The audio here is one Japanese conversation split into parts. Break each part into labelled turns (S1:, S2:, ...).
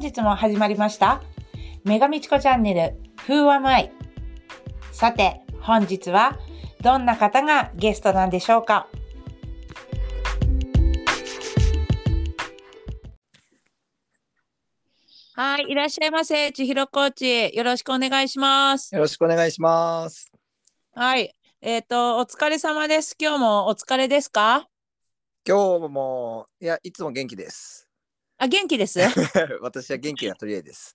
S1: 日も始まりました。女神チコチャンネル Who am I? さて、本日はどんな方がゲストなんでしょうかはい、いらっしゃいませ。千尋コーチ、よろしくお願いします。
S2: よろしくお願いします。
S1: はい、えっ、ー、と、お疲れ様です。今日もお疲れですか
S2: 今日も、いや、いつも元気です。
S1: あ、元気です。
S2: 私は元気がとりあえずです。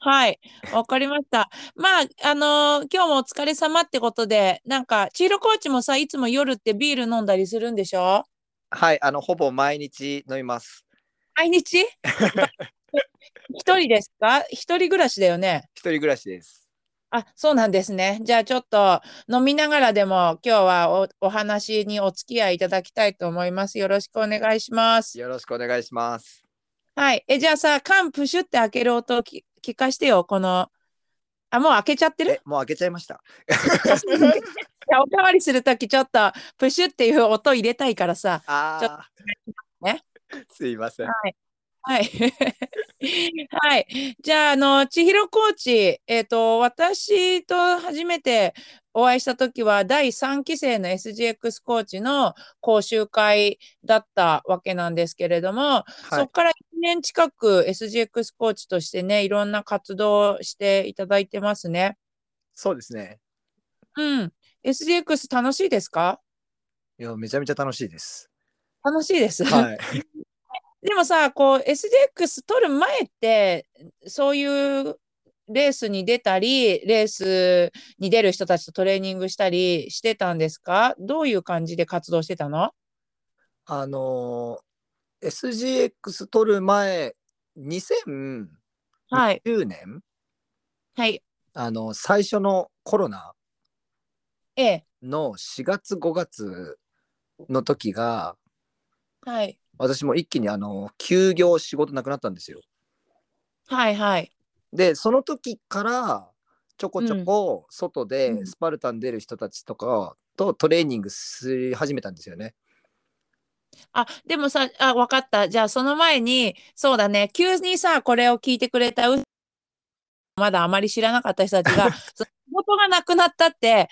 S1: はい、わかりました。まあ、あのー、今日もお疲れ様ってことで、なんか、千尋コーチもさ、いつも夜ってビール飲んだりするんでしょ
S2: はい、あの、ほぼ毎日飲みます。
S1: 毎日 一人ですか一人暮らしだよね。
S2: 一人暮らしです。
S1: あ、そうなんですね。じゃあちょっと飲みながらでも今日はお話にお付き合いいただきたいと思います。よろしくお願いします。
S2: よろしくお願いします。
S1: はい。え、じゃあさ、缶プシュって開ける音を聞かしてよ、この。あ、もう開けちゃってる
S2: もう開けちゃいました。
S1: おかわりするときちょっとプシュっていう音入れたいからさ。
S2: あ
S1: ちょっと、ね。
S2: すいません。はい
S1: はい。 はい。じゃあ、あの、千尋コーチ、えっ、ー、と、私と初めてお会いした時は、第3期生の SGX コーチの講習会だったわけなんですけれども、はい、そこから1年近く SGX コーチとしてね、いろんな活動をしていただいてますね。
S2: そうですね。
S1: うん。SGX 楽しいですか
S2: いや、めちゃめちゃ楽しいです。
S1: 楽しいです。
S2: はい。
S1: でもさ、こう、SDX 取る前って、そういうレースに出たり、レースに出る人たちとトレーニングしたりしてたんですかどういう感じで活動してたの
S2: あの、SGX 取る前、2010年、はい、
S1: はい。
S2: あの、最初のコロナの4月、5月の時が、
S1: はい。
S2: 私も一気にあの休業仕事なくなったんですよ。
S1: はいはい。
S2: でその時からちょこちょこ外でスパルタン出る人たちとかとトレーニングし始めたんですよね。
S1: あでもさあ分かったじゃあその前にそうだね急にさこれを聞いてくれたまだあまり知らなかった人たち が仕事がなくなったって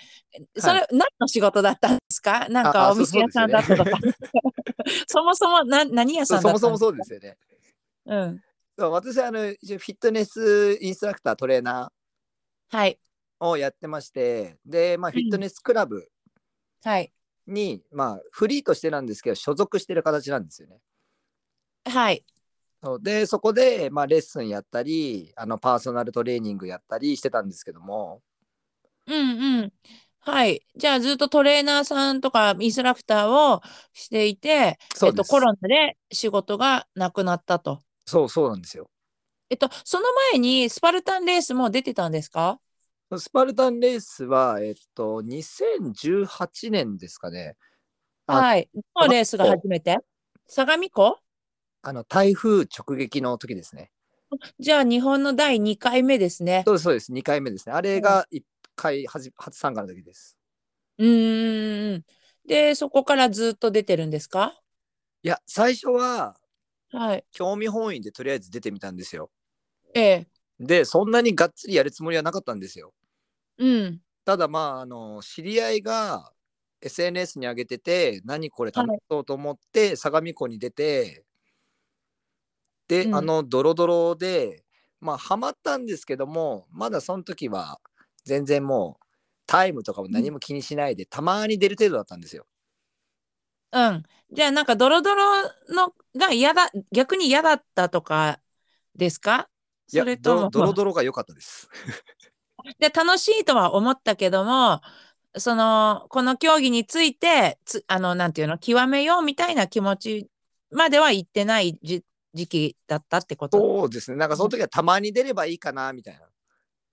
S1: それ、はい、何の仕事だったんですかなんかお店屋さんだったとか。 そもそもな何屋さん
S2: そもそもそうですよね。
S1: うん。
S2: 私あの一応フィットネスインストラクタートレーナ
S1: ーはい
S2: をやってまして、でまあフィットネスクラブ
S1: はい
S2: に、うん、まあフリーとしてなんですけど所属してる形なんですよね。
S1: はい。
S2: そうでそこで、まあ、レッスンやったりあのパーソナルトレーニングやったりしてたんですけども
S1: うんうんはい。じゃあずっとトレーナーさんとかインストラクターをしていて、えっと、コロナで仕事がなくなったと。
S2: そうそうなんですよ。
S1: えっと、その前にスパルタンレースも出てたんですか
S2: スパルタンレースは、えっと、2018年ですかね。
S1: はい。のレースが初めて相模湖
S2: あの、台風直撃の時ですね。
S1: じゃあ、日本の第2回目ですね。
S2: そうです、そうです。2回目ですね。あれが回初初参加の時です。
S1: うんでそこからずっと出てるんですか
S2: いや最初は、
S1: はい、
S2: 興味本位でとりあえず出てみたんですよ。
S1: ええ。
S2: でそんなにがっつりやるつもりはなかったんですよ。
S1: うん、
S2: ただまああの知り合いが SNS に上げてて何これ楽しそうと思って、はい、相模湖に出てで、うん、あのドロドロでまあハマったんですけどもまだその時は全然もうタイムとかも何も気にしないで、うん、たまに出る程度だったんですよ。
S1: うん。じゃあなんかドロドロのが嫌だ逆に嫌だったとかですか
S2: それとドロドロが良かったです。
S1: で楽しいとは思ったけどもそのこの競技についてつあのなんていうの極めようみたいな気持ちまでは行ってない時期だったってこと
S2: そうですねなんかその時はたまに出ればいいかなみたいな。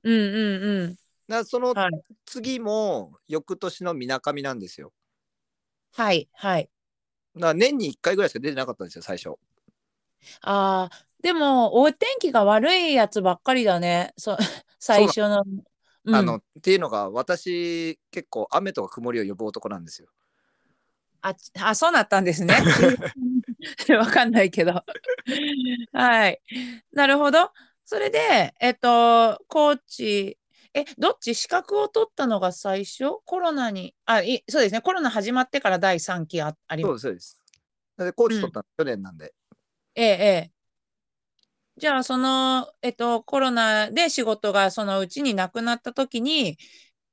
S1: うんうんうん。
S2: だその次も翌年のみなかみなんですよ。
S1: はいはい。
S2: だ年に1回ぐらいしか出てなかったんですよ最初。
S1: あでもお天気が悪いやつばっかりだねそ 最初の。
S2: うん、あのっていうのが私結構雨とか曇りを呼ぶ男なんですよ。
S1: あ、あ、そうなったんですね。 わかんないけど。はい。なるほど。それで、えっと、コーチ、え、どっち資格を取ったのが最初コロナに、あ、い、そうですね。コロナ始まってから第3期ああり
S2: そう
S1: ま。
S2: ですす、そうです。でコーチ取ったの去年なんで。
S1: ええ、ええ。じゃあ、その、えっと、コロナで仕事がそのうちになくなった時に、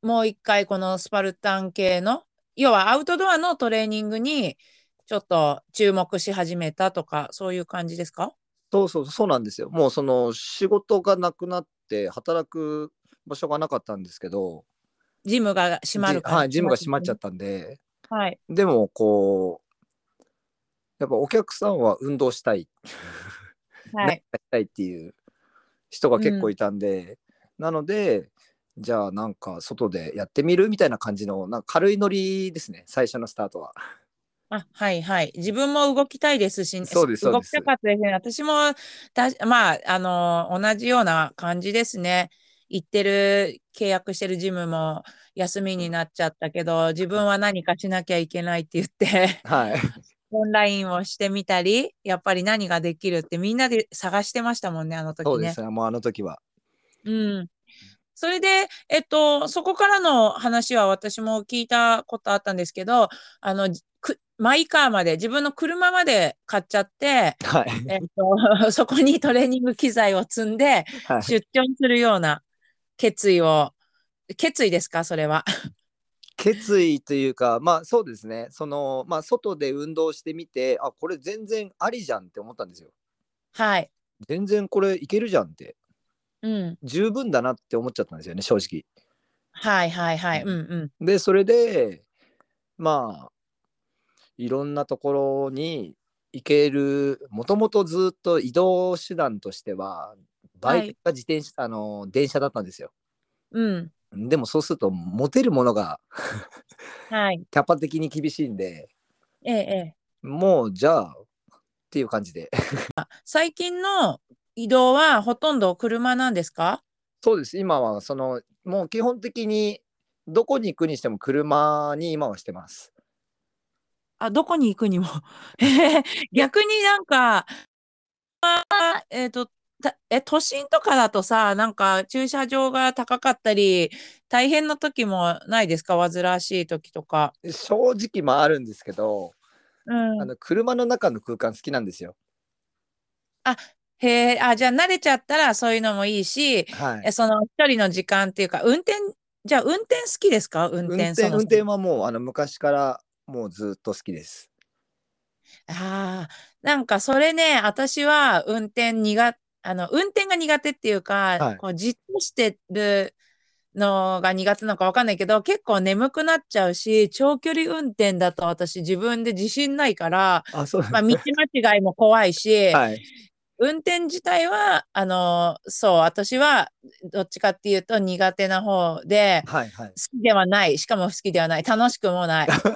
S1: もう一回このスパルタン系の、要はアウトドアのトレーニングに、ちょっと注目し始めたとか、そういう感じですか
S2: そうそう、そうなんですよ。もうその仕事がなくなって、働く場所がなかったんですけど、
S1: ジムが閉まる
S2: ジ
S1: から。
S2: はい、ジムが閉まっちゃ
S1: っ
S2: ったんで、
S1: た。はい。
S2: でもこう、やっぱお客さんは運動したい、
S1: はい。
S2: したいっていう人が結構いたんで、なので、じゃあなんか外でやってみるみたいな感じの、なんか軽いノリですね、最初のスタートは。
S1: あ、はいはい。自分も動きたいですし、
S2: そうですそう
S1: 動
S2: で
S1: き
S2: す
S1: たかったですね。私もだ、まあ、あの同じような感じですね。行ってる、契約してるジムも休みになっちゃったけど、自分は何かしなきゃいけないって言 って、
S2: はい。
S1: オンラインをしてみたり、やっぱり何ができるってみんなで探してましたもんね、あの時
S2: そうで
S1: ね。
S2: すね、もうあの時は。
S1: うん。それで、えっと、そこからの話は私も聞いたことあったんですけど、あの、じくマイカーまで、自分の車まで買っちゃって、
S2: はい。
S1: えっと、 そこにトレーニング機材を積んで、
S2: はい
S1: 出張するような決意を、決意ですか、それは。
S2: 決意というかまあそうですねそのまあ外で運動してみてあこれ全然ありじゃんって思ったんですよ
S1: はい。
S2: 全然これいけるじゃんって
S1: うん。
S2: 十分だなって思っちゃったんですよね正直
S1: はいはいはい。うんうん。
S2: でそれでまあいろんなところに行けるもともとずっと移動手段としてはバイクか自転車、あの電車だったんですよ
S1: うん。
S2: でもそうすると持てるものが
S1: はい。
S2: キャパ的に厳しいんで
S1: ええ、ええ。
S2: もうじゃあっていう感じで
S1: 最近の移動はほとんど車なんですか
S2: そうです今はそのもう基本的にどこに行くにしても車に今はしてます。
S1: あ、どこに行くにも。 えー逆になんか、あえっ、と、たえ、都心とかだとさ、なんか駐車場が高かったり、大変な時もないですか煩わしい時とか。
S2: 正直まああるんですけど、
S1: う
S2: あ
S1: ん。
S2: の車の中の空間好きなんですよ。
S1: へえ、あ、じゃあ慣れちゃったらそういうのもいいし、
S2: はい
S1: え、。その一人の時間っていうか、運転、じゃあ運転好きですか運
S2: 運
S1: 転、
S2: 転
S1: そ
S2: 運
S1: の。
S2: 転はもうあの昔からもうずっと好きです。
S1: ああ、なんかそれね、私は運転苦、あの、運転が苦手っていうか、
S2: はい
S1: こうじっとしてるのが苦手なのかわかんないけど、結構眠くなっちゃうし、長距離運転だと私自分で自信ないから、
S2: あそう
S1: まあ、道間違いも怖いし、
S2: はい
S1: 運転自体は、あの、そう、私はどっちかっていうと苦手な方で、
S2: はいはい。
S1: 好きではない。しかも好きではない。楽しくもない。ただ、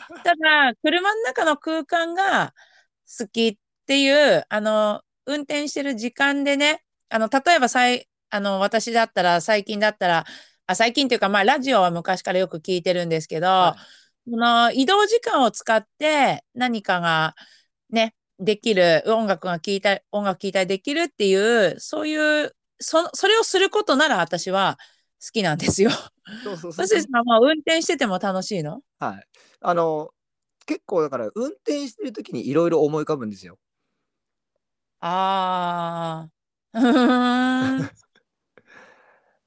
S1: 車の中の空間が好きっていう、あの、運転してる時間でね、あの、例えばさい、あの、私だったら、最近だったら、あ、最近というか、まあ、ラジオは昔からよく聞いてるんですけど、
S2: は
S1: この移動時間を使って何かがね、できる、音楽が聴いたり、音楽聴いたりできるっていう、そういう、そ、それをすることなら私は好きなんですよ。
S2: いそうそうそう
S1: マ。シさんは運転してても楽しいの
S2: はい。あの結構だから運転してる時にいろいろ思い浮かぶんですよ。
S1: ああ。うー ん。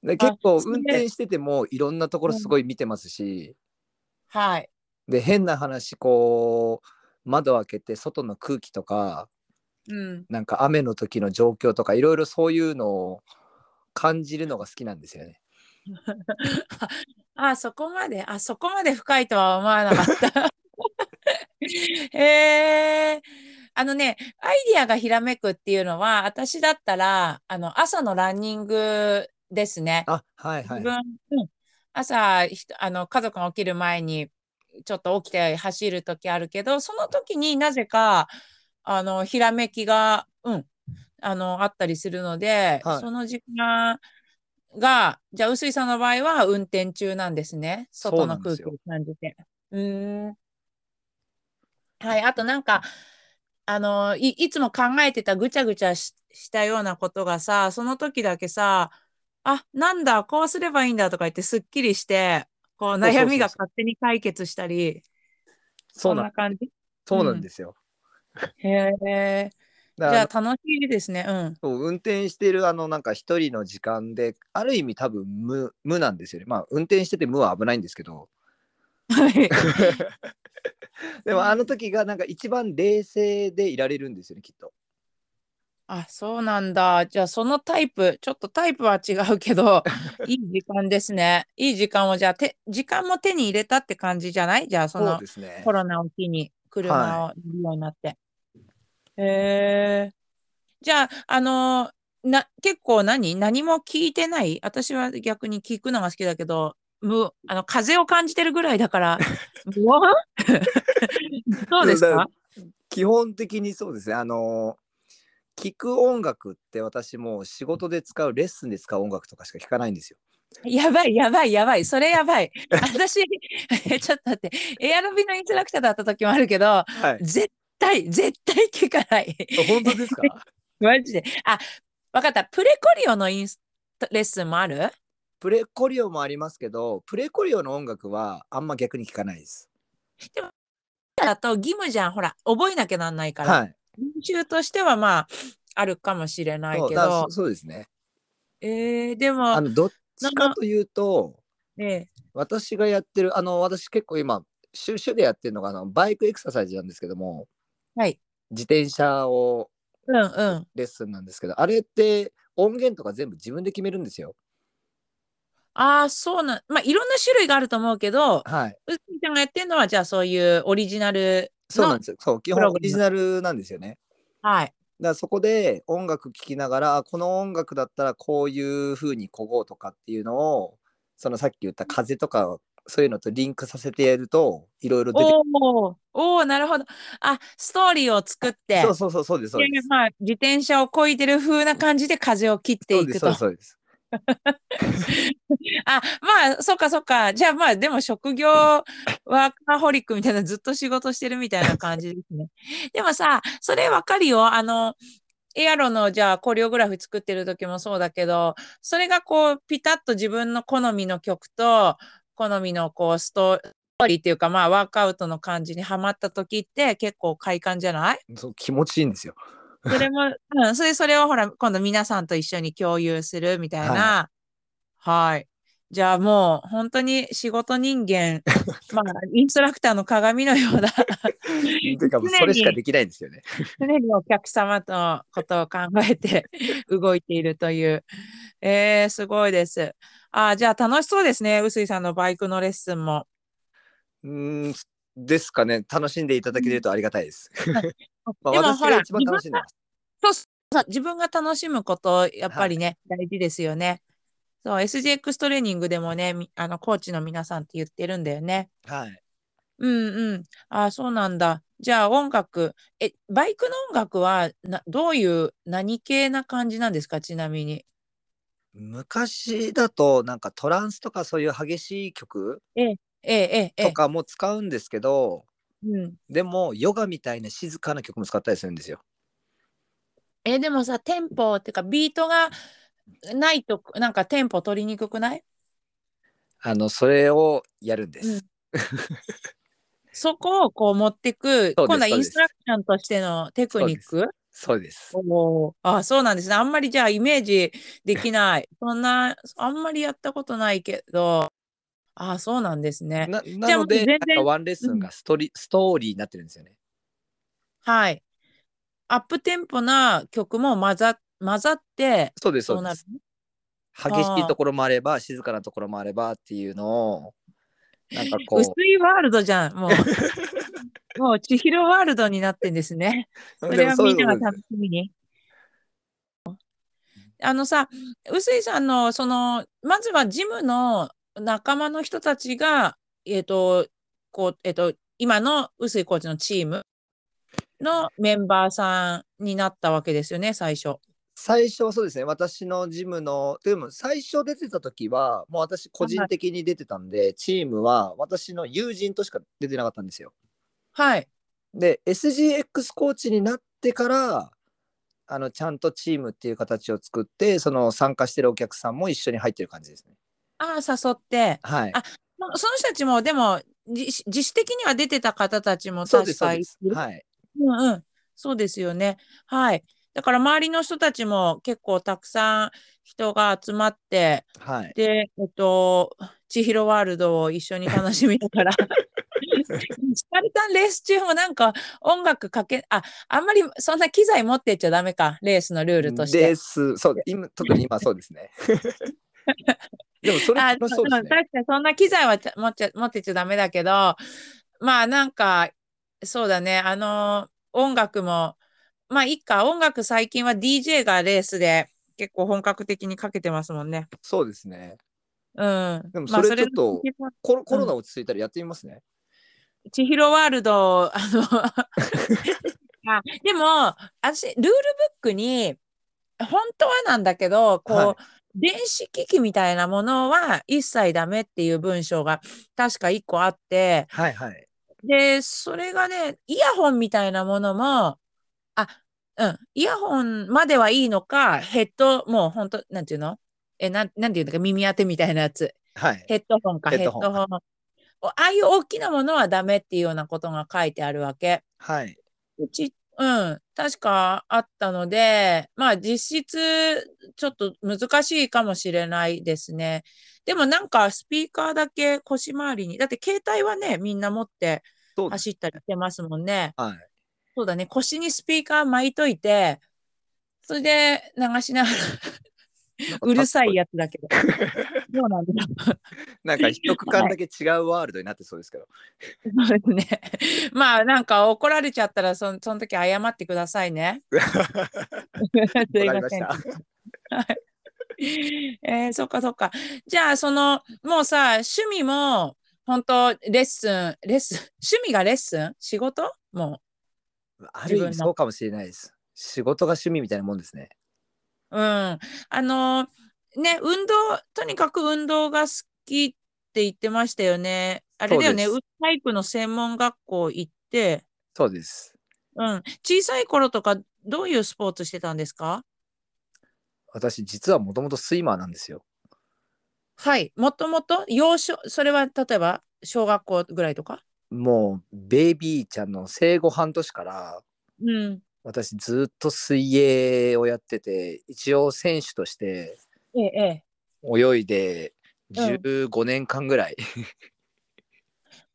S2: で結構
S1: それ
S2: 運転しててもいろんなところすごい見てますし。
S1: はい。
S2: で変な話こう窓開けて外の空気とか
S1: うん。
S2: なんか雨の時の状況とかいろいろそういうのを感じるのが好きなんですよね。
S1: あ、そこまで、あ、そこまで深いとは思わなかった。 ええあのね、アイディアがひらめくっていうのは、私だったら、あの、朝のランニングですね。
S2: あはいは
S1: 自
S2: い。
S1: 分、うん朝ひとあの家族が起きる前にちょっと起きて走る時あるけどその時になぜかあのひらめきが、うん、あのあったりするので、
S2: はい
S1: その時間がじゃあ臼井さんの場合は運転中なんですね
S2: そ
S1: 外
S2: うな
S1: の
S2: んで
S1: 空
S2: す
S1: 気
S2: よ
S1: を感じて。うーんはい、あとなんか、あの、い、いつも考えてたぐちゃぐちゃし、したようなことがさ、その時だけさ、あ、なんだ、こうすればいいんだとか言ってすっきりして、こう
S2: そうそうそう
S1: 悩みが勝手に解決したり、
S2: そ
S1: そ
S2: う
S1: ん
S2: な
S1: な感じ。
S2: そうなんですよ。
S1: へえ。じ
S2: だから
S1: ゃあ楽しいですね。うん。
S2: そう運転してるあのなんか一人の時間である意味多分無無なんですよね。まあ運転してて無は危ないんですけど
S1: はい。
S2: でもあの時がなんか一番冷静でいられるんですよねきっと。
S1: あ、そうなんだ。じゃあそのタイプ、ちょっとタイプは違うけ ど、いい時間ですね。いい時間をじゃあ、て、時間も手に入れたって感じじゃないじゃあそ
S2: そう
S1: の
S2: ですね
S1: コ。ロナを機に車を乗るようになって。へえ。じゃあ、あのーな、結構何何も聞いてない私は逆に聞くのが好きだけど、無、あの、風を感じてるぐらいだ から、無音そう です
S2: だ
S1: か
S2: ら基本的にそうですね。あの聞く音楽って私もう仕事で使うレッスンで使う音楽とかしか聞かないんですよ。
S1: やばい、やばい、やばい。それやばい。私、 ちょっと待って、エアロビのインストラクターだった時もあるけど、
S2: はい。
S1: 絶対、絶対聞かない。
S2: 本当ですか
S1: マジで。あ、わかった。プレコリオのインストレッスンもある
S2: プレコリオもありますけどプレコリオの音楽はあんま逆に聞かないです。
S1: だと義務じゃん。ほら、覚えなきゃなんないから。
S2: はい。
S1: 練習としてはまあ、あるかもしれない
S2: そう
S1: け
S2: だから
S1: ど
S2: そ。そうですね。
S1: えー、で
S2: あ
S1: も、
S2: のどっち
S1: なん
S2: か
S1: か
S2: というと
S1: ね、
S2: 私がやってるあの私結構今週週でやってるのがあのバイクエクササイズなんですけども
S1: はい。
S2: 自転車を
S1: うんうん。
S2: レッスンなんですけどあれって音源とか全部自分で決めるんですよ。
S1: ああ、そうなん。まあ、いろんな種類があると思うけど、
S2: はい。
S1: うつみちゃんがやってるのは、じゃあそういうオリジナル
S2: そうなん
S1: の、
S2: ですよ。そう基
S1: プ
S2: 本
S1: ロ
S2: オ
S1: グラム
S2: リジナルなんですよね。
S1: はい。
S2: だからそこで音楽聴きながらあこの音楽だったらこういう風にこごうとかっていうのをそのさっき言った風とかそういうのとリンクさせてやるといろいろ出てく
S1: おおー、おお、なるほど。あ、ストーリーを作って、
S2: る。そうそうそうそうですそう
S1: いや
S2: で
S1: いや
S2: す。
S1: まあ、自転車を漕いでる風な感じで風を切って
S2: そう
S1: い
S2: で
S1: く
S2: す
S1: と。
S2: そうですそうです。
S1: あ、まあ、そっかそっか。じゃあまあ、でも職業ワーカホリックみたいな、ずっと仕事してるみたいな感じですね。 でもさ、それわかるよ。あの、エアロの、じゃあ、コリオグラフ作ってる時もそうだけど、それがこう、ピタッと自分の好みの曲と、好みのこう、ストーリーっていうか、まあ、ワークアウトの感じにはまった時って結構快感じゃない
S2: そう気持ちいい んですよ。
S1: それも、うん、それ、それをほら、今度皆さんと一緒に共有するみたいな。はい。じゃあもう、本当に仕事人 間、まあ、インストラクターの鏡の ような、
S2: ていうかもうそれしかできないんですよね。
S1: 常にお客様のことを考えて動いているという。えー、すごいです。あーじゃあ楽しそうですね。臼井さんのバイクのレッスンも。
S2: うーんですかね楽しんでいただけるとありがたいです。 まあ、
S1: でも
S2: 私
S1: ほ
S2: が
S1: ら、
S2: 一番楽しんでます。
S1: 自分が楽しむこと、やっぱりね、大事ですよね。そう、SGX トレーニングでもね、みあの、コーチの皆さんって言ってるんだよね。
S2: はい。
S1: うんうん。ああ、そうなんだ。じゃあ音楽、え、バイクの音楽はな、どういう、何系な感じなんですか、ちなみに。
S2: 昔だとなんかトランスとかそういう激しい曲
S1: ええ、ええ、
S2: とかも使うんですけど、
S1: うん。
S2: でもヨガみたいな静かな曲も使ったりするんですよ。
S1: え、でもさ、テンポっていうか、ビートがないと、なんかテンポ取りにくくない
S2: あのそれをやるんです。
S1: うんそこをこう持ってく、
S2: そうです
S1: 今度は
S2: そう
S1: イン
S2: です
S1: ストラクションとしてのテクニック
S2: そうです。
S1: おーあ、そうなんですね。あんまりじゃあイメージできない。そんな、あんまりやったことないけど、あ、そうなんですね。
S2: ななので
S1: じゃあもう全
S2: なん
S1: 然
S2: かワンレッスンがストリ、ストーリーになってるんですよね。
S1: はい。アップテンポな曲も混ざ、混ざって、
S2: そうです
S1: そ
S2: そうう
S1: な
S2: で
S1: る
S2: す。。激しいところもあれば静かなところもあればっていうのをなんかこう
S1: 薄いワールドじゃん、も う。もう、千尋ワールドになってんですね。 それはみんなが楽しみに。あのさ、臼井さんの、その、まずはジムの仲間の人たちが、えっ、と、こう、えっ、と、今の臼井コーチのチームのメンバーさんになったわけですよね、最初。
S2: 最初はそうですね私のジムのでも最初出てた時はもう私個人的に出てたんで、チームは私の友人としか出てなかったんですよ
S1: はい。
S2: で SGX コーチになってからあのちゃんとチームっていう形を作ってその参加してるお客さんも一緒に入ってる感じですね。
S1: ああ、誘って。
S2: はい
S1: あ、まその人たちも、でも、じ自主的には出てた方たちも
S2: そう
S1: 確
S2: ですそう
S1: か
S2: で
S1: い
S2: す、
S1: る
S2: はい、
S1: うんうん、そうですよね。はい。だから周りの人たちも結構たくさん人が集まって、
S2: はい、
S1: で、えっと、千尋ワールドを一緒に楽しみながら。スパルタンレース中もなんか音楽かけ、あ、あんまりそんな機材持ってっちゃダメか、レースのルールとして。
S2: ですそう今特 に今そうですね でもそれ
S1: あ
S2: 楽しそうです
S1: ん
S2: ね
S1: 確かにそんな機材はちゃ持っちゃ持ってちゃダメだけどまあなんかそうだねあの音楽もまあいっか音楽最近は DJ がレースで結構本格的にかけてますもんね。
S2: そうですね
S1: うん。
S2: でも
S1: まあ
S2: それちょっと
S1: それの
S2: コロコロナ落ち着いたらやってみますね、
S1: 千尋ワールドをあのあでも私ルールブックに本当はなんだけどこう、
S2: は
S1: 電子機器みたいなものは一切ダメっていう文章が確か1個あって
S2: はいはい
S1: でそれがねイヤホンみたいなものもあうんイヤホンまではいいのかヘッドもう本当なんていうのえなんなんていうんだか耳当てみたいなやつ
S2: はい
S1: ヘッドホンかヘ
S2: ヘ
S1: ッ
S2: ッ
S1: ド
S2: ド
S1: ホ
S2: ホ
S1: ン
S2: ン
S1: おああいう大きなものはダメっていうようなことが書いてあるわけ。
S2: はい、
S1: うち、うん、確かあったので、まあ実質ちょっと難しいかもしれないですね。でもなんかスピーカーだけ腰回りに、だって携帯はね、みんな持って
S2: そうです
S1: 走ったりしてますもんね。
S2: はい
S1: そうだね、腰にスピーカー巻いといて、それで流しながら、
S2: なんか
S1: うるさいやつだけ ど。どうなんだろう
S2: なんか一区間だけ違うワールドになってそうですけど。
S1: そうですね。 まあなんか怒られちゃったらそんその時謝ってください ね。 すいませ
S2: わかりまし
S1: ん。
S2: た。
S1: えー、そっかそっか。じゃあそのもうさ趣味も本当レッスンレッスン趣味がレッスン仕事も
S2: ある
S1: 自分
S2: 意
S1: の
S2: 味そうかもしれないです。仕事が趣味みたいなもんですね。
S1: ううんあのね運動とにかく運動が好きって言ってましたよね。あれだよね
S2: そうで
S1: 体育の専門学校行って、
S2: そうです。
S1: うん、小さい頃とかどういうスポーツしてたんですか
S2: 私実はもともとスイマーなんですよ。
S1: はい。もともと、幼少、それは例えば小学校ぐらいとか。
S2: もうベイビーちゃんの生後半年から
S1: うん。
S2: 私ずっと水泳をやってて一応選手として
S1: ええ、ええ。
S2: 泳いで
S1: うん
S2: 15年間ぐらい、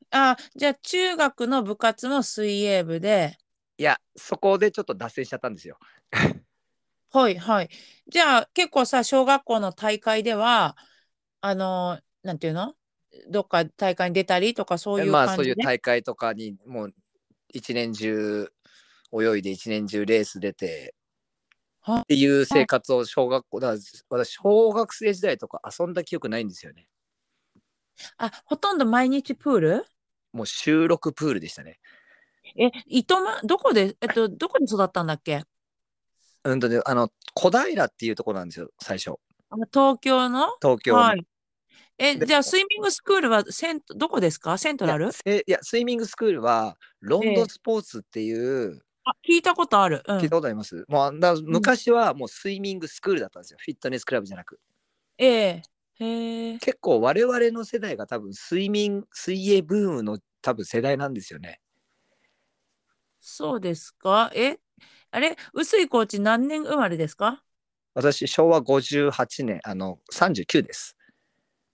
S1: あ、じゃあ中学の部活も水泳部で。
S2: いやそこでちょっと脱線しちゃったんですよ。
S1: はいはい。じゃあ結構さ、小学校の大会では、あの、なんていうのどっか大会に出たりとかそういう
S2: まあ
S1: 感
S2: そうい
S1: じ
S2: う
S1: で。
S2: 大会とかにもう一年中泳いで一年中レース出て
S1: は
S2: っていう生活を小学校だから私小学生時代とか遊んだ記憶ないんですよね
S1: あ、ほとんど毎日プール
S2: もう収録プールでしたね
S1: え、糸満、どこで、えっと、どこで育ったんだっけ
S2: うんとねあの小平っていうところなんですよ最初
S1: あ東京の
S2: 東京の、、
S1: はいい。え、
S2: で
S1: じゃあスイミングスクールはセント、どこですかセントラル
S2: やせいやスイミングスクールはロン
S1: ええ
S2: ドスポーツっていう、
S1: あ、聞いたことある。うん
S2: 聞いたことあります、もうだから昔はもうスイミングスクールだったんですよフィットネスクラブじゃなく
S1: ええ。へえ。
S2: 結構我々の世代が多分睡眠水泳ブームの多分世代なんですよね。
S1: そうですか。え、あれ、臼井コーチ何年生まれですか
S2: 私昭和58年あの39です。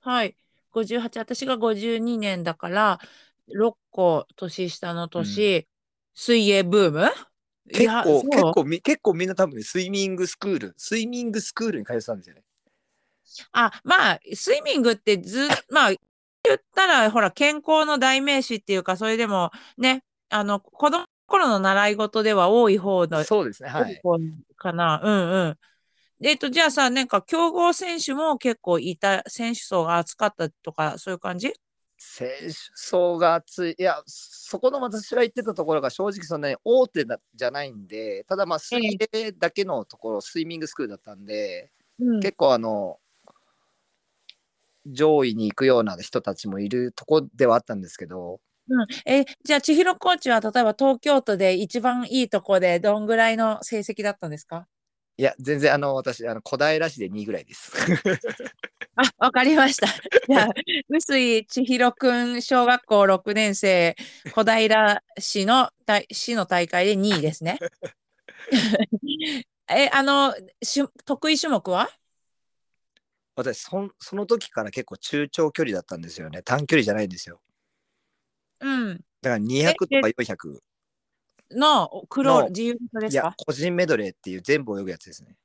S1: はい。58、私が52年だから、6個年下の年、水泳ブームい
S2: 結
S1: や
S2: 構
S1: そう
S2: 結構み結構みんな多分ねスイミングスクールスイミングスクールに通ってたんですよね。
S1: あ、まあ、スイミングってず、まあ、言ったら、ほら、健康の代名詞っていうか、それでもね、あの、子供の頃の習い事では多い方の
S2: そうですねはい。
S1: 多い方かな。うんうん。でえっと、じゃあさ、なんか、競合選手も結構いた、選手層が厚かったとか、そういう感じ
S2: 選手層が厚いいやそこの私が言ってたところが正直そんなに大手なじゃないんでただまあ水泳だけのところスイミングスクールだったんで
S1: うん
S2: 結構あの上位に行くような人たちもいるとこではあったんですけど
S1: うん、え、じゃあ、千尋コーチは例えば東京都で一番いいとこでどんぐらいの成績だったんですか
S2: いや、全然、あの、私、あの、小平市で2位ぐらいです。
S1: あ、わかりま した。じゃあ、臼井千尋くん、小学校6年生、小平市の大市の大会で2位 ですね。え、あの、し得意種目は
S2: 私そん、その時から結構中長距離だったんですよね。短距離じゃないんですよ。
S1: うん。
S2: だから200とか400。
S1: の、クロー
S2: の
S1: ル、自由形で
S2: い
S1: すか
S2: や、個人メドレーっていう全部泳ぐやつですね。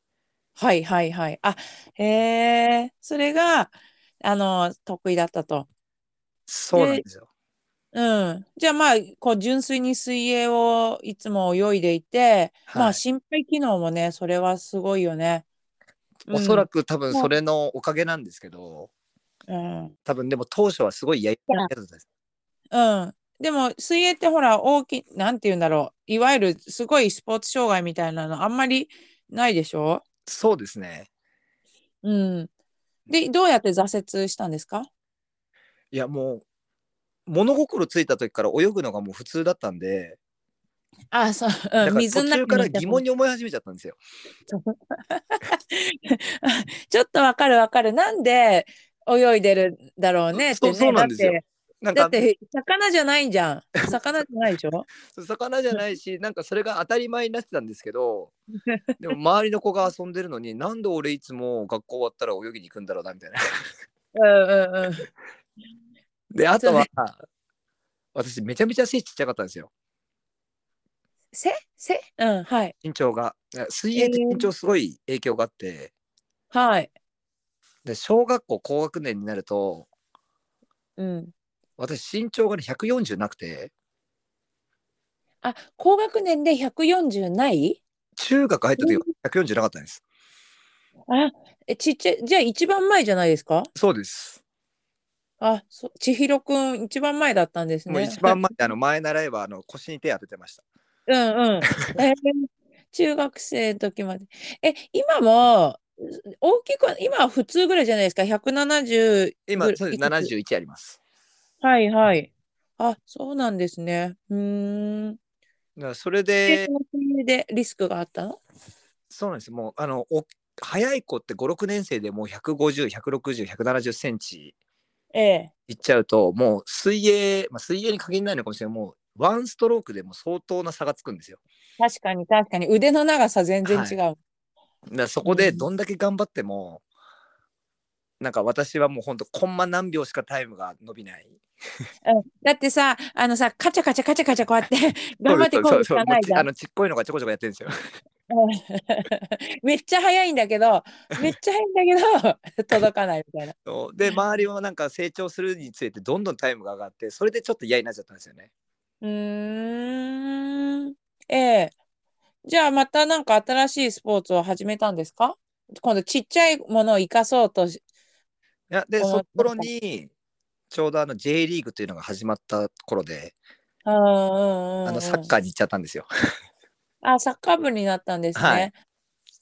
S1: はいはいはい。あ、へえ、それが、あの、得意だったと。
S2: そうなんですよ。
S1: うん。じゃあまあ、こう、純粋に水泳をいつも泳いでいて、ま
S2: は
S1: あ、
S2: い
S1: 心肺機能もね、それはすごいよね。
S2: おそら
S1: く。
S2: く多分それのおかげなんですけど、
S1: うん。
S2: 多分でも当初はすごいやりたかったやつです。
S1: うん。でも、水泳ってほら、大きい、なんて言うんだろう。いわゆる、すごいスポーツ障害みたいなの、あんまりないでしょ
S2: そうですね。
S1: うん。で、どうやって挫折したんですか
S2: いや、もう、物心ついた時から泳ぐのがもう普通だったんで、
S1: あ、そう、
S2: だ
S1: う
S2: か
S1: ん、
S2: ら
S1: 水
S2: 途
S1: の
S2: 中
S1: 中
S2: から
S1: にいた
S2: 疑
S1: と
S2: 問に思い始めちゃったんですよ。
S1: ちょっとわかるわかる。なんで泳いでるんだろうねっ
S2: そ
S1: て
S2: う
S1: ね。
S2: そうなんですよなん
S1: だっ
S2: か
S1: て、だって魚じゃないじゃん。魚じゃないでしょ
S2: 魚じゃないし、なんかそれが当たり前になってたんです けど、でも周りの子が遊んでるのに、なんで俺いつも学校終わったら泳ぎに行くんだろうなみたいな。
S1: うんうんうん。
S2: で、あと
S1: そう
S2: は
S1: ね、
S2: 私めちゃめちゃ背ちっちゃかったんですよ。
S1: せせうん、はい。
S2: 身長が。いや水泳って身長すごい影響があって、
S1: はい。
S2: で小学校高学年になると、
S1: うん。
S2: 私身長がね140なくて、
S1: あ、高学年で140ない
S2: 中学入った時は140なかったんです。
S1: あ、えちっちゃい、じゃあ一番前じゃないですか
S2: そうです。
S1: あ、そ、千尋くん一番前だったんです
S2: もう
S1: ね。
S2: 一番前、あの前習えばあの腰に手当ててました。
S1: うんうん。 えー中学生の時まで。え、今も、う大きくは、今は普通ぐらいじゃないですか。170
S2: 今、
S1: ぐら
S2: そうです
S1: いくつ
S2: 71あります。
S1: はいはい。あ、そうなんですね。うーん。
S2: だからそれ
S1: で
S2: で、
S1: でリスクがあったの
S2: そうなんです。もう、あの、お早い子って5、6年生でもう150、160、170センチ
S1: ええ。
S2: いっちゃうと、もう水泳、まあ、水泳に限らないのかもしれない。もう、ワンストロークでも相当な差がつくんですよ。
S1: 確かに確かに。腕の長さ全然
S2: はい
S1: 違う。
S2: だからそこでどんだけ頑張っても、なんか私はもうほんとコンマ何秒しかタイムが伸びない。
S1: だってさ、あのさ、カチャカチャカチャカチャこうやって 頑張ってこ
S2: そうう
S1: し
S2: そうそ
S1: か
S2: うも
S1: な
S2: う
S1: い
S2: ち
S1: じゃ
S2: あ
S1: ん。
S2: のちっこいのがちょこちょこやってるんですよ。
S1: めっちゃ速いんだけ ど、めっちゃ速いんだけど、 届かないみたいな。
S2: そうで周りもなんか成長するにつれてどんどんタイムが上がってそれでちょっと嫌になっちゃったんですよね。
S1: うーん。ええ。じゃあまたなんか新しいスポーツを始めたんですか今度ちっちゃいものを生かそうとし
S2: いやで
S1: そう
S2: その頃にちょうどあの J リーグというのが始まった頃で
S1: あ
S2: あ
S1: の
S2: のサッカーに行っちゃった んですよ。
S1: あ、サッカー部になったんです
S2: はい
S1: ね。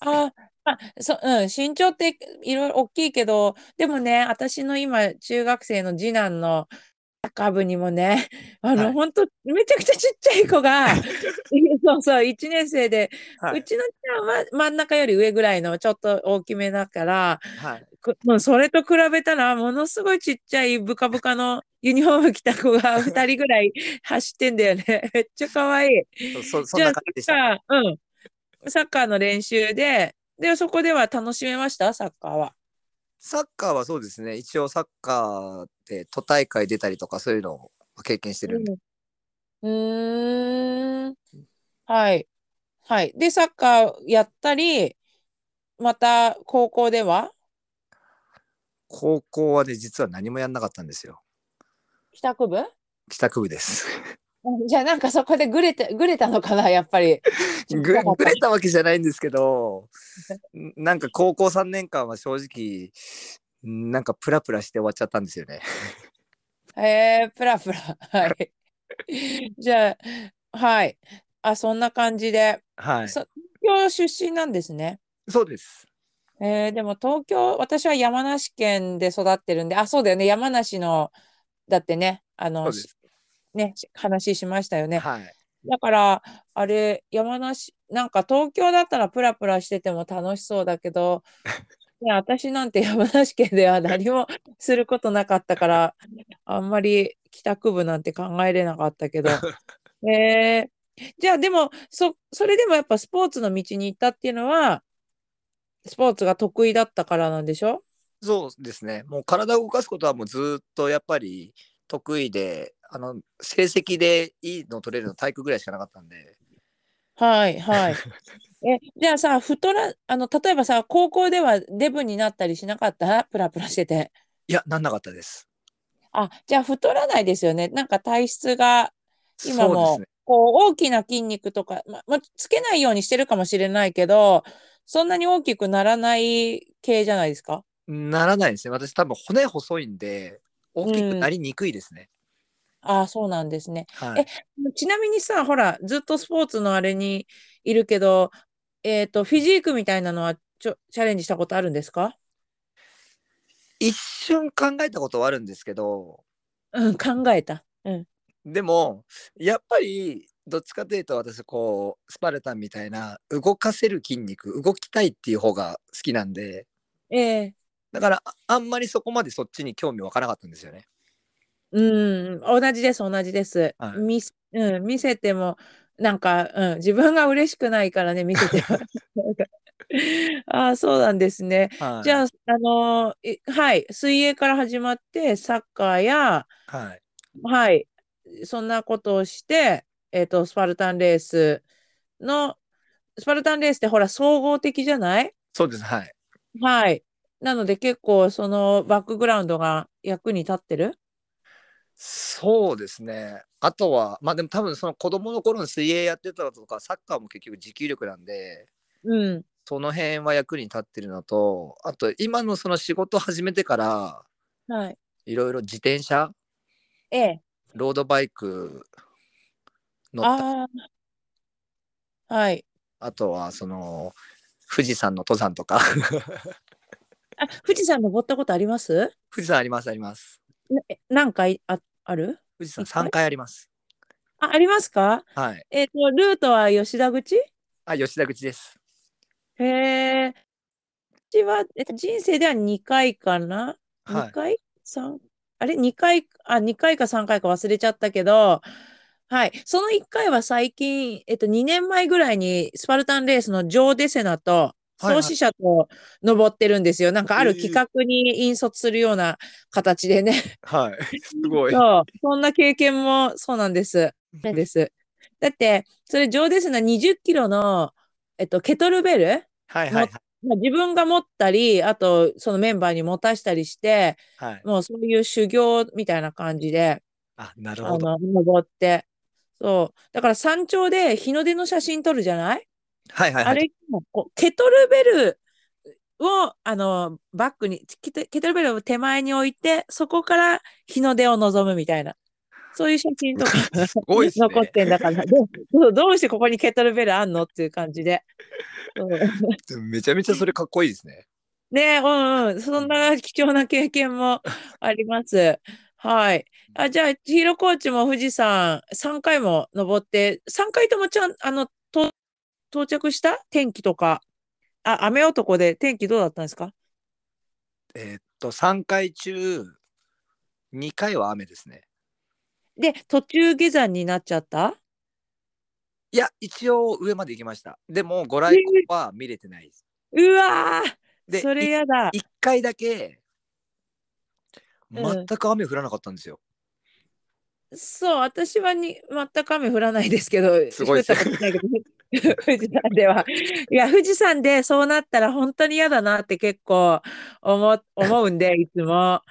S1: あ、まあ、そ、うん、身長っていろいろ大きいけど、でもね、私の今、中学生の次男のサッカー部にもね、あ
S2: は
S1: の、
S2: い
S1: 本当めちゃくちゃちっちゃい子が、 そうそう、1年生で、
S2: は
S1: う
S2: い
S1: ちの次男は真ん中より上ぐらいの、ちょっと大きめだから、
S2: はい、
S1: くもうそれと比べたら、ものすごいちっちゃいブカブカのユニフォーム着た子が2人ぐらい走ってんだよね。めっちゃ可愛い。
S2: そそん
S1: じゃあ
S2: な感じでし
S1: サ
S2: た。
S1: ッカー、うん。サッカーの練習で、で、そこでは楽しめました、サッカーは。
S2: サッカーはそうですね一応サッカーで都大会出たりとかそういうのを経験してるんで、
S1: うん。うーん。はい。はい。で、サッカーやったり、また高校では
S2: 高校はね実は何もやんなかったんですよ。
S1: 帰宅部
S2: 帰宅部です。
S1: じゃあなんかそこでぐれて、ぐれたのかな、やっぱり。
S2: ぐぐれたわけじゃないんですけ どんなんか高校3年間は正直んなんかプラプラして終わっちゃったんですよね。
S1: えー、プラプラ。はい。じゃあ、はい。あ、そんな感じで。
S2: はい
S1: そ東京出身なんですね。
S2: そうです。
S1: えーでも東京、私は山梨県で育ってるんで、あ、そうだよね、山梨の、だってね、あ
S2: そう
S1: の、
S2: です
S1: しね、話しましたよね。
S2: はい。
S1: だから、あれ、山梨、なんか東京だったらプラプラしてても楽しそうだけど、ね、私なんて山梨県では何もすることなかったから、あんまり帰宅部なんて考えれなかったけど。えーじゃあでも、そ、それでもやっぱスポーツの道に行ったっていうのは、スポーツが得意だったからなんでしょ
S2: そうですね。もう体を動かすことはもうずっとやっぱり得意で、あの成績でいいの取れるの体育ぐらいしかなかったんで。
S1: はいはい。え、じゃあさ、太ら、あの、例えばさ、高校ではデブになったりしなかったプラプラしてて。
S2: いや、なんなかったです。
S1: あ、じゃあ太らないですよね。なんか体質が、今
S2: そうで
S1: も
S2: すね。
S1: こう、大きな筋肉とか、ま、ま、つけないようにしてるかもしれないけど、そんなに大きくならない系じゃないですか。
S2: ならないですね。私多分骨細いんで、大きくなりにくいですね。
S1: ああ、そうなんですね。
S2: はい。
S1: ちなみにさ、ほら、ずっとスポーツのあれにいるけど、えっと、フィジークみたいなのはちょ、チャレンジしたことあるんですか
S2: 一瞬考えたことはあるんですけど、
S1: うん、考えた。うん。
S2: でも、やっぱり、どっちかというと私、こう、スパルタンみたいな、動かせる筋肉、動きたいっていう方が好きなんで、
S1: ええ
S2: だから、ああんまりそこまでそっちに興味わからなかったんですよね。
S1: うん、同じです、同じです。
S2: はい
S1: 見せ、うん、見せても、なんか、うん、自分が嬉しくないからね、見せても。 ああ、そうなんですね。
S2: はい、
S1: じゃあ、あのーいはい、水泳から始まって、サッカーや、
S2: あ、はい、
S1: はい、そんなことをして、えっと、スパルタンレースの、スパルタンレースってほら、総合的じゃない
S2: そうです。はい。
S1: はい。なので、結構、そのバックグラウンドが役に立ってる
S2: そうですね。あとは、まあでも多分その子供の頃の水泳やってたとか、サッカーも結局持久力なんで、
S1: うん。
S2: その辺は役に立ってるのと、あと今のその仕事始めてから、
S1: はい。
S2: いろいろ自転車、
S1: ええ。
S2: ロードバイク乗った、
S1: ああ、はい。
S2: あとはその、富士山の登山とか。
S1: あ、富士山登ったことあります
S2: 富士山あります、あります。
S1: なえ何回あ、ある
S2: 富士山
S1: いっぱい
S2: 3回あります。
S1: あ、ありますか
S2: はい。
S1: えっと、ルートは吉田口
S2: あ、吉田口です。
S1: へえ。私は、えっと、人生では2回かな
S2: は
S1: ?2
S2: い。
S1: 回 ?3? あれ ?2 回、あ、2回か3回か忘れちゃったけど、はい。その1回は最近、えっと、2年前ぐらいにスパルタンレースのジョー・デセナと、
S2: はいはい
S1: 創始者と登ってるんですよ。なんかある
S2: ええ
S1: 企画に引率するような形でね。
S2: はい。すごい。
S1: そう。そんな経験もそうなんです。です。だって、それジョー・デセナ20キロの、えっと、ケトルベル
S2: はいはいはい
S1: まあ自分が持ったり、あとそのメンバーに持たしたりして、
S2: はい。
S1: もうそういう修行みたいな感じで、
S2: あ、なる
S1: あ
S2: ほど。
S1: の、登って。そう。だから山頂で日の出の写真撮るじゃない
S2: はいはいはい。
S1: あれもこう、ケトルベルを、あの、バックに、ケトケトルベルを手前に置いて、そこから日の出を望むみたいな。そういう写真とか
S2: すごいっす ね
S1: 残ってんだから、どうどうしてここにケトルベルあんのっていう感じで。そう
S2: でもめちゃめちゃそれかっこいいですね。
S1: ね、うんうん、そんな貴重な経験もあります。はい。あ、じゃあ、ヒーローコーチも富士山3回も登って、3回ともちゃん、あの、と、到着した天気とか。あ、雨男で天気どうだったんですか
S2: えーっと3回中2回は雨ですね。
S1: で、途中下山になっちゃった
S2: いや一応上まで行きました。でもご来光は見れてないです。
S1: うわー
S2: で
S1: それやだ。
S2: 1回だけ
S1: うん
S2: 全く雨降らなかったんですよ。
S1: そう、私はに全く雨降らないですけど、
S2: すごいっす
S1: 降ったことないけど、 富士山では。いや、富士山でそうなったら本当に嫌だなって結構思う、思うんで、いつも。あ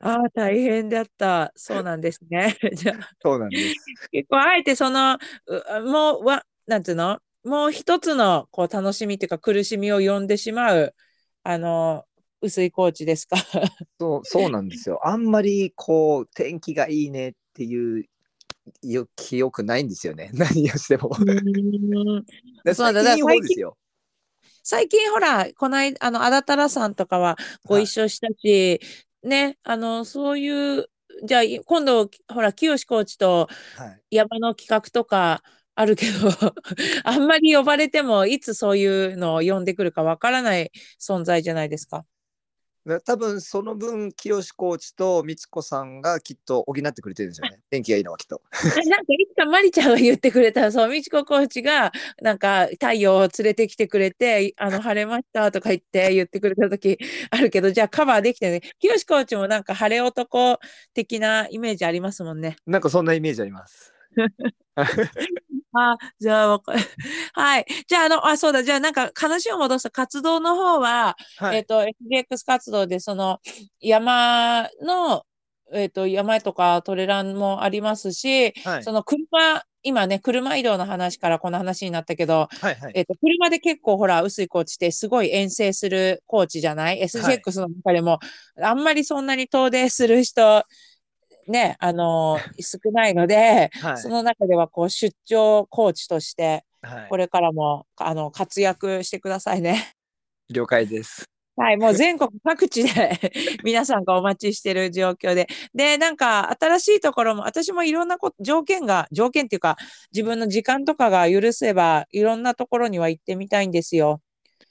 S1: あ、大変だった。そうなんですね。 じゃあ、
S2: そうなんです。
S1: 結構、あえてその、うもう、わ、なんつうのもう一つの、こう、楽しみっていうか、苦しみを呼んでしまう、あの、薄いコーチですか。
S2: そうそうなんですよ。あんまりこう天気がいいねっていうよ記憶ないんですよね。 何をし ても。で
S1: そうだ
S2: 最近いい
S1: だから
S2: 方ですよ。
S1: 最近ほら、こないあの、あだたらさんとかはご一緒したし、ね、あの、そういうじゃあい今度ほら清志コーチと
S2: はい、
S1: 山の企画とかあるけど あんまり呼ばれてもいつそういうのを呼んでくるかわからない存在じゃないですか。
S2: だ多分その分清志コーチと美智子さんがきっと補ってくれてるんです よね天気がいいのはきっと
S1: あなんかいつかマリちゃんが言ってくれた、そう、美智子コーチが、なんか太陽を連れてきてくれて、いあの、晴れましたとか言って、言ってくれた時あるけど、じゃあカバーできてね。清志コーチもなんか晴れ男的なイメージありますもんね。
S2: なんかそんなイメージあります
S1: あ、じゃあわか、 はい。じゃあ、あの、あ、そうだ、じゃあなんか話を戻すと活動の方は、
S2: はい、
S1: えっと、FGX 活動で、その、山の、えっと、山とかトレランもありますし、
S2: はい
S1: その車、今ね、車移動の話からこの話になったけど、
S2: はいはい
S1: えっと、車で結構ほら、薄いコーチってすごい遠征するコーチじゃない ?SGX の中でも、あんまりそんなに遠出する人、ね、あのー少ないので、
S2: はい
S1: その中ではこう、出張コーチとして、
S2: はい
S1: これからも、あの、活躍してくださいね。
S2: 了解です
S1: はい、もう全国各地で 皆さんがお待ちしてる状況で。で、なんか新しいところも、私もいろんなこ条件が、条件っていうか、自分の時間とかが許せば、いろんなところには行ってみたいんですよ。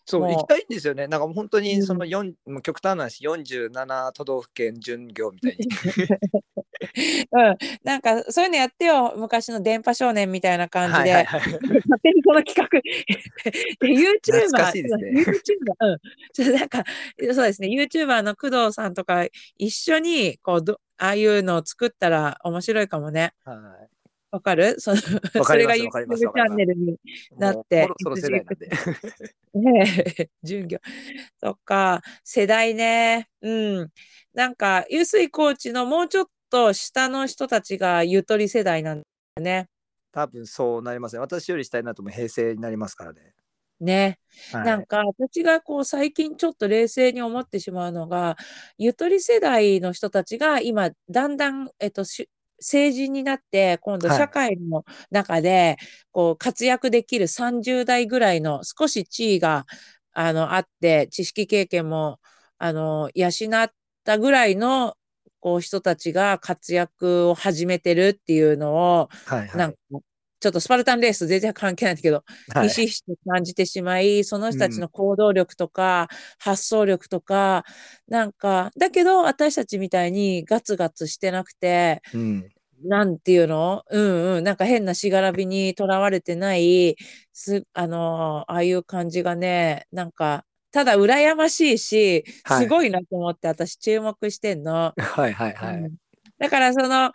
S2: そう
S1: もう
S2: 行きたいんですよねなんかもう本当にその
S1: う
S2: 4、もう極端な話47都道府県巡業みたい に
S1: うん。なんか、そういうのやってよ。昔の電波少年みたいな感じ
S2: はい
S1: で。
S2: はいはい
S1: 勝手にこの企画。 で、YouTuber。
S2: 懐かしいですね
S1: YouTuber。うん。ちょっとなんか、そうですね。YouTuber の工藤さんとか、一緒に、こう、どああいうのを作ったら面白いかもね。
S2: は
S1: わかる その
S2: わか
S1: それ
S2: りま
S1: が
S2: す
S1: YouTube
S2: わかります
S1: チ
S2: わかり
S1: ャ
S2: ま
S1: ン
S2: す
S1: ネルに、
S2: い
S1: だって
S2: もうそろそろ世代なんで
S1: ね、巡業。とか、世代ね。うん。なんか、湯水コーチのもうちょっと下の人たちがゆとり世代なんだね。
S2: 多分そうなりますね私より下になるともう平成になりますからね、
S1: ね。
S2: はい、
S1: なんか私がこう最近ちょっと冷静に思ってしまうのがゆとり世代の人たちが今だんだん、えっと、し成人になって今度
S2: はい
S1: 社会の中でこう活躍できる30代ぐらいの少し地位があのあって知識経験もあの養ったぐらいのこう人たちが活躍を始めてるっていうのを
S2: はいはい
S1: なんかちょっとスパルタンレース全然関係ないんだけど
S2: はい
S1: ひしひしと感じてしまい、その人たちの行動力とか、発想力とか、なんか、だけど私たちみたいにガツガツしてなくて、
S2: うん、
S1: なんていうのうんうん、なんか変なしがらみにとらわれてない、す、あのーああいう感じがね、なんか、ただ羨ましいし、
S2: はい
S1: すごいなと思って私注目してんの。
S2: はいはいはい、
S1: うんだからその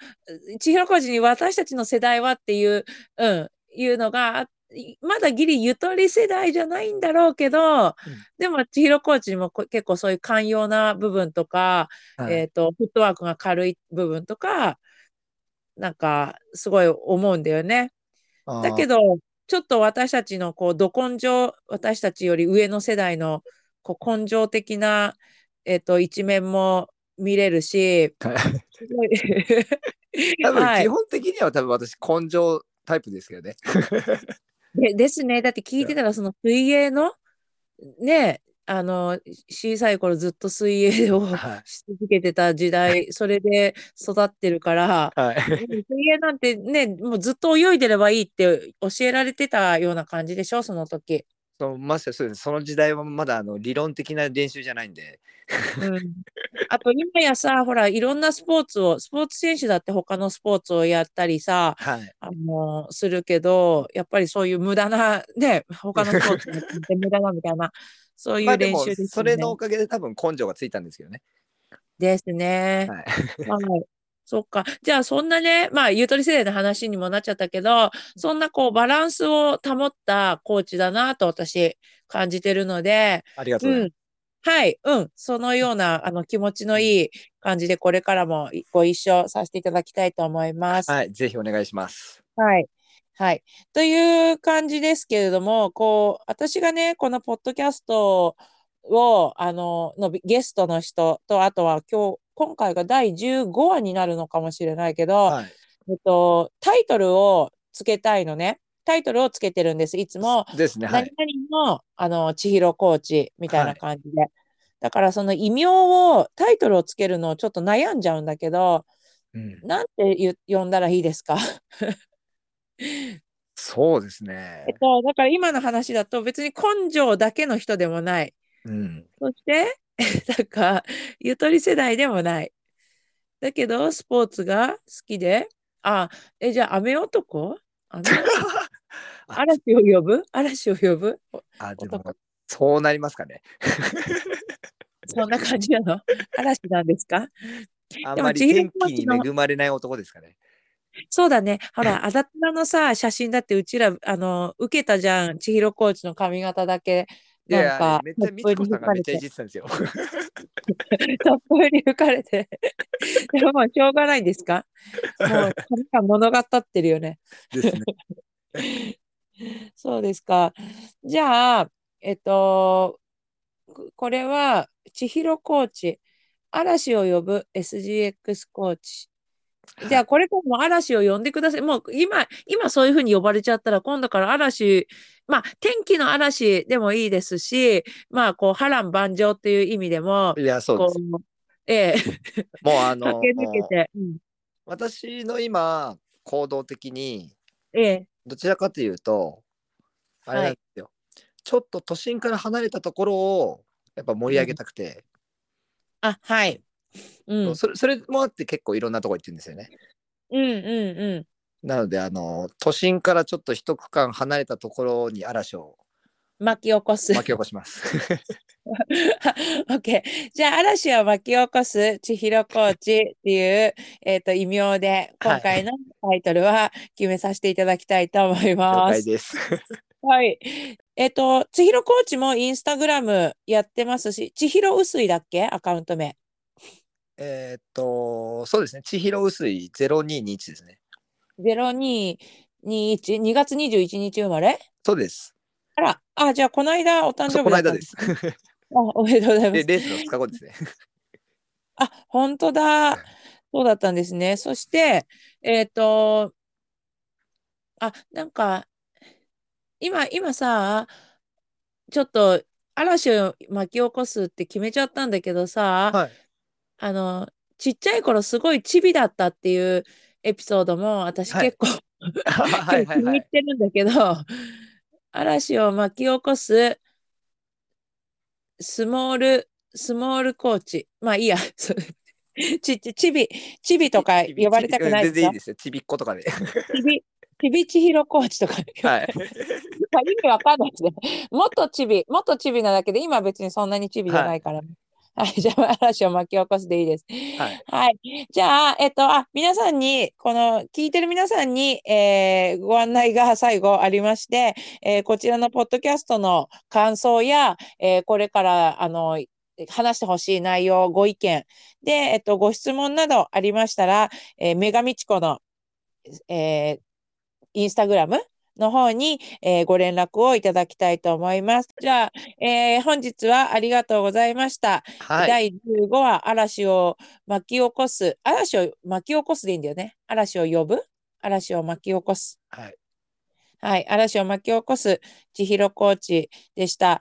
S1: 千尋小路に私たちの世代はっていう、うん、いうのがいまだギリゆとり世代じゃないんだろうけど、でも千尋コーチにもこ結構そういう寛容な部分とか、
S2: はい
S1: えっ、とフットワークが軽い部分とかなんかすごい思うんだよね。
S2: あー
S1: だけど、ちょっと私たちのこう、ど根性、私たちより上の世代のこう根性的な、えっと、一面も見れる し、
S2: はい
S1: すごい
S2: 多分
S1: は
S2: 基
S1: い
S2: 本的には多分私根性タイプですけどね
S1: で。ですね。だって聞いてたら、その水泳の、ね、あの、小さい頃ずっと水泳を
S2: は
S1: し続けてた時代、それで育ってるから、
S2: い はい
S1: 水泳なんてね、もうずっと泳いでればいいって教えられてたような感じでしょ、その時。
S2: そうまさにそうですその時代はまだあの理論的な練習じゃないんで
S1: うんあと今やさ、ほら、いろんなスポーツを、スポーツ選手だって他のスポーツをやったりさ、
S2: はい
S1: あのするけど、やっぱりそういう無駄な、ね、他のスポーツもやってて無駄なみた いな、そうい
S2: まあ
S1: う
S2: で
S1: 練
S2: も
S1: 習ですよね。
S2: それのおかげで多分根性がついたんですけどね
S1: ですね。
S2: はい
S1: はい。そっか。じゃあそんなね、まあ、ゆとり世代の話にもなっちゃったけど、そんなこう、バランスを保ったコーチだなと私感じてるので、
S2: ありがとうござ
S1: う
S2: い
S1: ん。はい、うん。そのような、あの、気持ちのいい感じで、これからもいご一緒させていただきたいと思いま。
S2: ますす、はいぜひお願いします
S1: はい。はい。という感じですけれども、こう、私がね、このポッドキャストを、あの、のびゲストの人と、あとは今日、今回が第15話になるのかもしれないけど、
S2: はい
S1: えっと、タイトルをつけたいのね。タイトルをつけてるんです。いつも、
S2: ですねはい
S1: 何々の、あの、千尋コーチみたい
S2: は
S1: ない感じで。だからその異名を、タイトルをつけるのをちょっと悩んじゃうんだけど、
S2: うん、
S1: なんてゆ呼んだらいいですか
S2: そうですね
S1: えっ。と、だから今の話だと別に根性だけの人でもない。
S2: うん。
S1: そして、 なんか、ゆとり世代でもない。だけど、スポーツが好きで、あ、え、じゃあ、雨男雨 男嵐を呼ぶ嵐を呼ぶお
S2: あ、で
S1: 男
S2: も、そうなりますかね。
S1: そんな感じなの嵐なんですか
S2: あん
S1: でも
S2: まり
S1: 千尋
S2: 天
S1: コーチ
S2: 気
S1: の
S2: に恵まれない男ですかね。
S1: そうだね。ほら、あだ名のさ、写真だって、うちら、あの、受けたじゃん。千尋コーチの髪型だけ。
S2: いやい
S1: なんか
S2: や、めっちゃ、みちこさんがめっちゃいじってたんですよ。
S1: トップに吹かれて。でももうしょうがないんですかもう髪が物語ってるよね。
S2: ですね。
S1: そうですか。じゃあ、えっと、ここれは、千尋コーチ、嵐を呼ぶ SGX コーチ。じゃあ、これからも嵐を呼んでください。もう今、今そういうふうに呼ばれちゃったら、今度から嵐、まあ、天気の嵐でもいいですし、まあ、こう、波乱万丈っていう意味でも、
S2: いや、そうで
S1: こ
S2: す。
S1: う、ええ、
S2: もう、あの
S1: 駆、け抜けて、うん
S2: 私の今、行動的に、
S1: ええ、
S2: どちらかというと、あれなんですよ。ちょっと都心から離れたところを、やっぱ盛り上げたくて、
S1: あ、はい。うん、うん、
S2: それそれもあって結構いろんなとこ行ってるんですよね。
S1: うん、うん。
S2: なので、あの、都心からちょっと一区間離れたところに嵐を
S1: 巻き起こす。
S2: 巻き起こし ます。
S1: オッケー。じゃあ、嵐を巻き起こす千尋コーチっていう、えっと、異名で、
S2: はい
S1: 今回のタイトルは決めさせていただきたいと思い
S2: 了
S1: ま
S2: 解
S1: す。
S2: です。
S1: はい。えっと、千尋コーチもインスタグラムやってますし、千尋薄いだっけアカウント名。
S2: えーっと、そうですね。千尋薄い0221ですね。
S1: 0221、2月21日生まれ
S2: そうです。
S1: あら、あ、じゃあ、この間お誕生
S2: そう
S1: 日
S2: この
S1: だった
S2: 間
S1: んで
S2: で
S1: す
S2: す。
S1: あ、おめでとうございま。
S2: ですレースの2日後ですね。
S1: あ、本当だ。そうだったんですね。そして、えっと、あ、なんか、今、今さ、ちょっと嵐を巻き起こすって決めちゃったんだけどさ、
S2: はい。
S1: あの、ちっちゃい頃すごいチビだったっていうエピソードも私
S2: はい
S1: 結構
S2: はい
S1: 気
S2: はい
S1: に
S2: は
S1: 入
S2: い
S1: っ。てるんだけど、嵐を巻き起こすスモール、スモールコーチ。まあいいや、そうちちちび、ちびとか
S2: ちび
S1: 呼ばれたくない
S2: ちびうん全
S1: ですか
S2: 然いいですよ。ちびっ子とかで。
S1: ちび、ちびちひろコーチとか。
S2: はい。
S1: まあ意味わかんないですね。元チビ、元チビなだけで、今別にそんなにチビじゃないからね。はい、じゃあ嵐を巻き起こすでいいです。
S2: はい。
S1: じゃあ、えっと、あ、皆さんに、この、聞いてる皆さんに、えーご案内が最後ありまして、えーこちらのポッドキャストの感想や、えーこれから、あの、話してほしい内容、ご意見、で、えっと、ご質問などありましたら、えー、メガミチコの、えーインスタグラムの方に、えーご連絡をいただきたいと思います。じゃあ、えー本日はありがとうございました。
S2: はい。
S1: 第15話、嵐を巻き起こす。嵐を巻き起こすでいいんだよね。嵐を呼ぶ嵐を巻き起こす。
S2: はい。
S1: はい。嵐を巻き起こす千尋コーチでした。